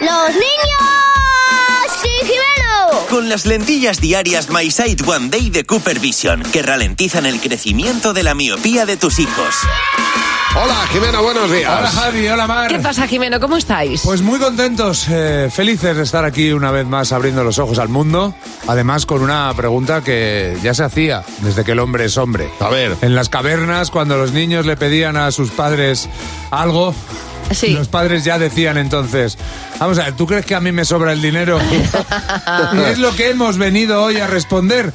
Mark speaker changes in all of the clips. Speaker 1: ¡Los niños! ¡Sí, Jimeno!
Speaker 2: Con las lentillas diarias My Sight One Day de Cooper Vision, que ralentizan el crecimiento de la miopía de tus hijos.
Speaker 3: Hola, Jimena, buenos días.
Speaker 4: Hola Javi, hola Mar.
Speaker 5: Pues, ¿Qué pasa, Jimeno? ¿Cómo estáis?
Speaker 4: Pues muy contentos, eh, felices de estar aquí una vez más abriendo los ojos al mundo. Además con una pregunta que ya se hacía desde que el hombre es hombre.
Speaker 3: A ver.
Speaker 4: En las cavernas, cuando los niños le pedían a sus padres algo,
Speaker 5: Sí.
Speaker 4: los padres ya decían entonces, vamos a ver, ¿tú crees que a mí me sobra el dinero? y es lo que hemos venido hoy a responder.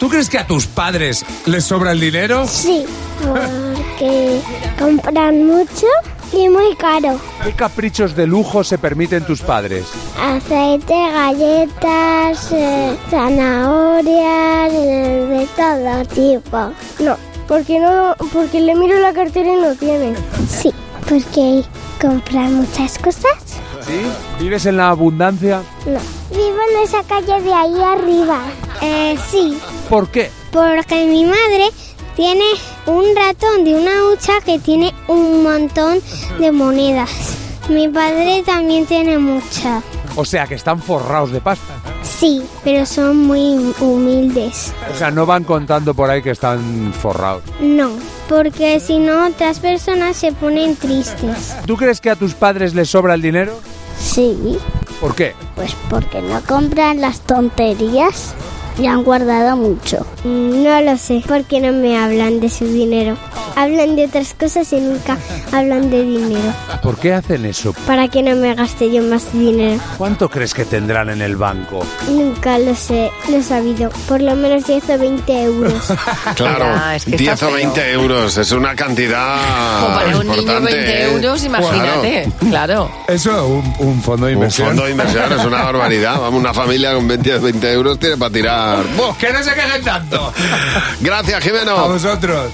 Speaker 4: ¿Tú crees que a tus padres les sobra el dinero?
Speaker 6: Sí, porque compran mucho y muy caro.
Speaker 4: ¿Qué caprichos de lujo se permiten tus padres?
Speaker 6: Aceite, galletas, eh, zanahorias, eh, de todo tipo. No, porque no, porque le miro la cartera y no tiene. Sí, porque compran muchas cosas.
Speaker 4: ¿Sí? ¿Vives en la abundancia?
Speaker 6: No. Vivo en esa calle de ahí arriba.
Speaker 1: Eh,
Speaker 6: sí,
Speaker 4: ¿Por qué?
Speaker 6: Porque mi madre tiene un ratón de una hucha que tiene un montón de monedas. Mi padre también tiene mucha.
Speaker 4: O sea, que están forrados de pasta.
Speaker 6: Sí, pero son muy humildes.
Speaker 4: O sea, no van contando por ahí que están forrados.
Speaker 6: No, porque si no otras personas se ponen tristes.
Speaker 4: ¿Tú crees que a tus padres les sobra el dinero?
Speaker 6: Sí,
Speaker 4: ¿Por qué?
Speaker 6: pues porque no compran las tonterías y han guardado mucho. No lo sé, porque no me hablan de su dinero. Hablan de otras cosas y nunca hablan de dinero.
Speaker 4: ¿Por qué hacen eso?
Speaker 6: Para que no me gaste yo más dinero.
Speaker 4: ¿Cuánto crees que tendrán en el banco?
Speaker 6: Nunca lo sé, lo he sabido. Por lo menos 10 o 20 euros.
Speaker 3: Claro,
Speaker 5: Mira, es que está
Speaker 3: 10 o
Speaker 5: feo.
Speaker 3: 20 euros, es una cantidad
Speaker 5: Como para un niño
Speaker 3: Ah, importante,
Speaker 5: 20
Speaker 3: ¿eh?
Speaker 5: euros, imagínate. Claro.
Speaker 4: Eso, un, un fondo
Speaker 3: Claro, Un
Speaker 4: de inversión.
Speaker 3: fondo de inversión es una barbaridad. Vamos, una familia con 20, o 20 euros tiene para tirar.
Speaker 4: ¡Buah, que no se quejen tanto!
Speaker 3: Gracias, Jimeno.
Speaker 4: a vosotros.